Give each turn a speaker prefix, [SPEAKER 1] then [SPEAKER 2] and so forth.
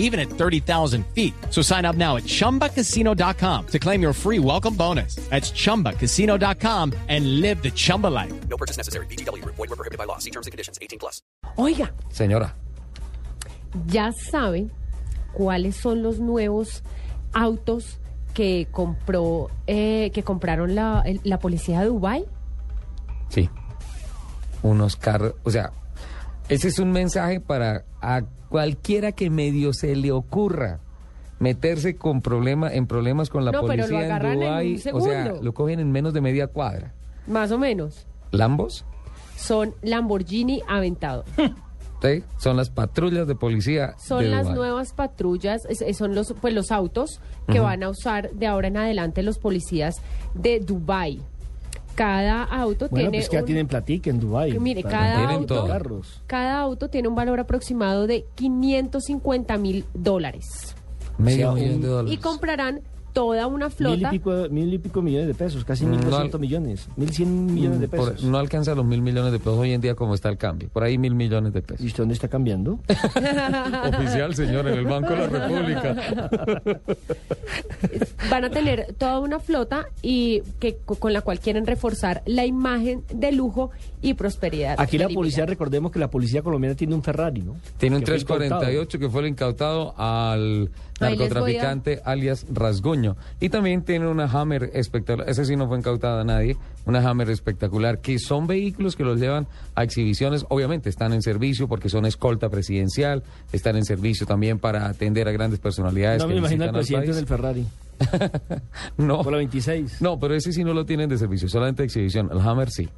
[SPEAKER 1] even at 30,000 feet. So sign up now at ChumbaCasino.com to claim your free welcome bonus. That's ChumbaCasino.com and live the Chumba life.
[SPEAKER 2] No purchase necessary. BGW. Void were prohibited by law. See terms and conditions. 18 plus.
[SPEAKER 3] Oiga,
[SPEAKER 4] Señora,
[SPEAKER 3] ya saben cuáles son los nuevos autos que compró, eh, que compraron la, el- la policía de Dubái.
[SPEAKER 4] sí. Unos carros, o sea, ese es un mensaje para a cualquiera que medio se le ocurra meterse con problema, en problemas con la
[SPEAKER 3] No, pero lo
[SPEAKER 4] policía en
[SPEAKER 3] agarran en
[SPEAKER 4] Dubái,
[SPEAKER 3] un
[SPEAKER 4] o sea,
[SPEAKER 3] segundo.
[SPEAKER 4] lo cogen en menos de media cuadra.
[SPEAKER 3] Más o menos.
[SPEAKER 4] ¿Lambos?
[SPEAKER 3] Son Lamborghini Aventador.
[SPEAKER 4] ¿Sí? Son las patrullas de policía
[SPEAKER 3] Son
[SPEAKER 4] de
[SPEAKER 3] las
[SPEAKER 4] Dubái.
[SPEAKER 3] nuevas patrullas, es- es- son los, pues, los autos que van a usar de ahora en adelante los policías de Dubai. Cada auto
[SPEAKER 5] Bueno,
[SPEAKER 3] tiene
[SPEAKER 5] pues que ya
[SPEAKER 3] un-
[SPEAKER 5] tienen platica en Dubái.
[SPEAKER 3] Mire,
[SPEAKER 5] Para
[SPEAKER 3] cada
[SPEAKER 5] comprar
[SPEAKER 4] auto-
[SPEAKER 5] los carros.
[SPEAKER 3] cada auto tiene un valor aproximado de 550 mil dólares.
[SPEAKER 4] Medio
[SPEAKER 5] O sea,
[SPEAKER 4] millón
[SPEAKER 5] un-
[SPEAKER 4] de dólares.
[SPEAKER 3] y comprarán toda una
[SPEAKER 5] Mil y,
[SPEAKER 3] flota.
[SPEAKER 5] pico, mil y pico millones de pesos, casi
[SPEAKER 4] No
[SPEAKER 5] mil
[SPEAKER 4] al-
[SPEAKER 5] doscientos millones, mil cien millones de
[SPEAKER 4] Mm, Por-
[SPEAKER 5] pesos.
[SPEAKER 4] no alcanza los mil millones de pesos hoy en día como está el cambio. Por ahí mil millones de
[SPEAKER 5] ¿Y
[SPEAKER 4] pesos.
[SPEAKER 5] usted dónde está cambiando?
[SPEAKER 4] Oficial, señor, en el Banco de la República.
[SPEAKER 3] Van a tener toda una flota y que co- con la cual quieren reforzar la imagen de lujo y prosperidad.
[SPEAKER 5] Aquí la
[SPEAKER 3] del
[SPEAKER 5] policía,
[SPEAKER 3] inmigrante.
[SPEAKER 5] recordemos que la policía colombiana tiene un Ferrari, ¿no?
[SPEAKER 4] Tiene un
[SPEAKER 5] Que fue incautado.
[SPEAKER 4] 348 que fue el incautado al
[SPEAKER 3] Ahí les voy a-
[SPEAKER 4] narcotraficante alias Rasguño. Y también tiene una Hammer espectacular. Esa sí no fue incautada a nadie. Una Hammer espectacular, que son vehículos que los llevan a exhibiciones. Obviamente están en servicio porque son escolta presidencial. Están en servicio también para atender a grandes personalidades.
[SPEAKER 5] No
[SPEAKER 4] que
[SPEAKER 5] me imagino al
[SPEAKER 4] visitan
[SPEAKER 5] presidente del
[SPEAKER 4] país. Oh.
[SPEAKER 5] Ferrari.
[SPEAKER 4] no,
[SPEAKER 5] Por la 26.
[SPEAKER 4] no, pero ese sí no lo tienen de servicio, solamente de exhibición. El Hammer sí.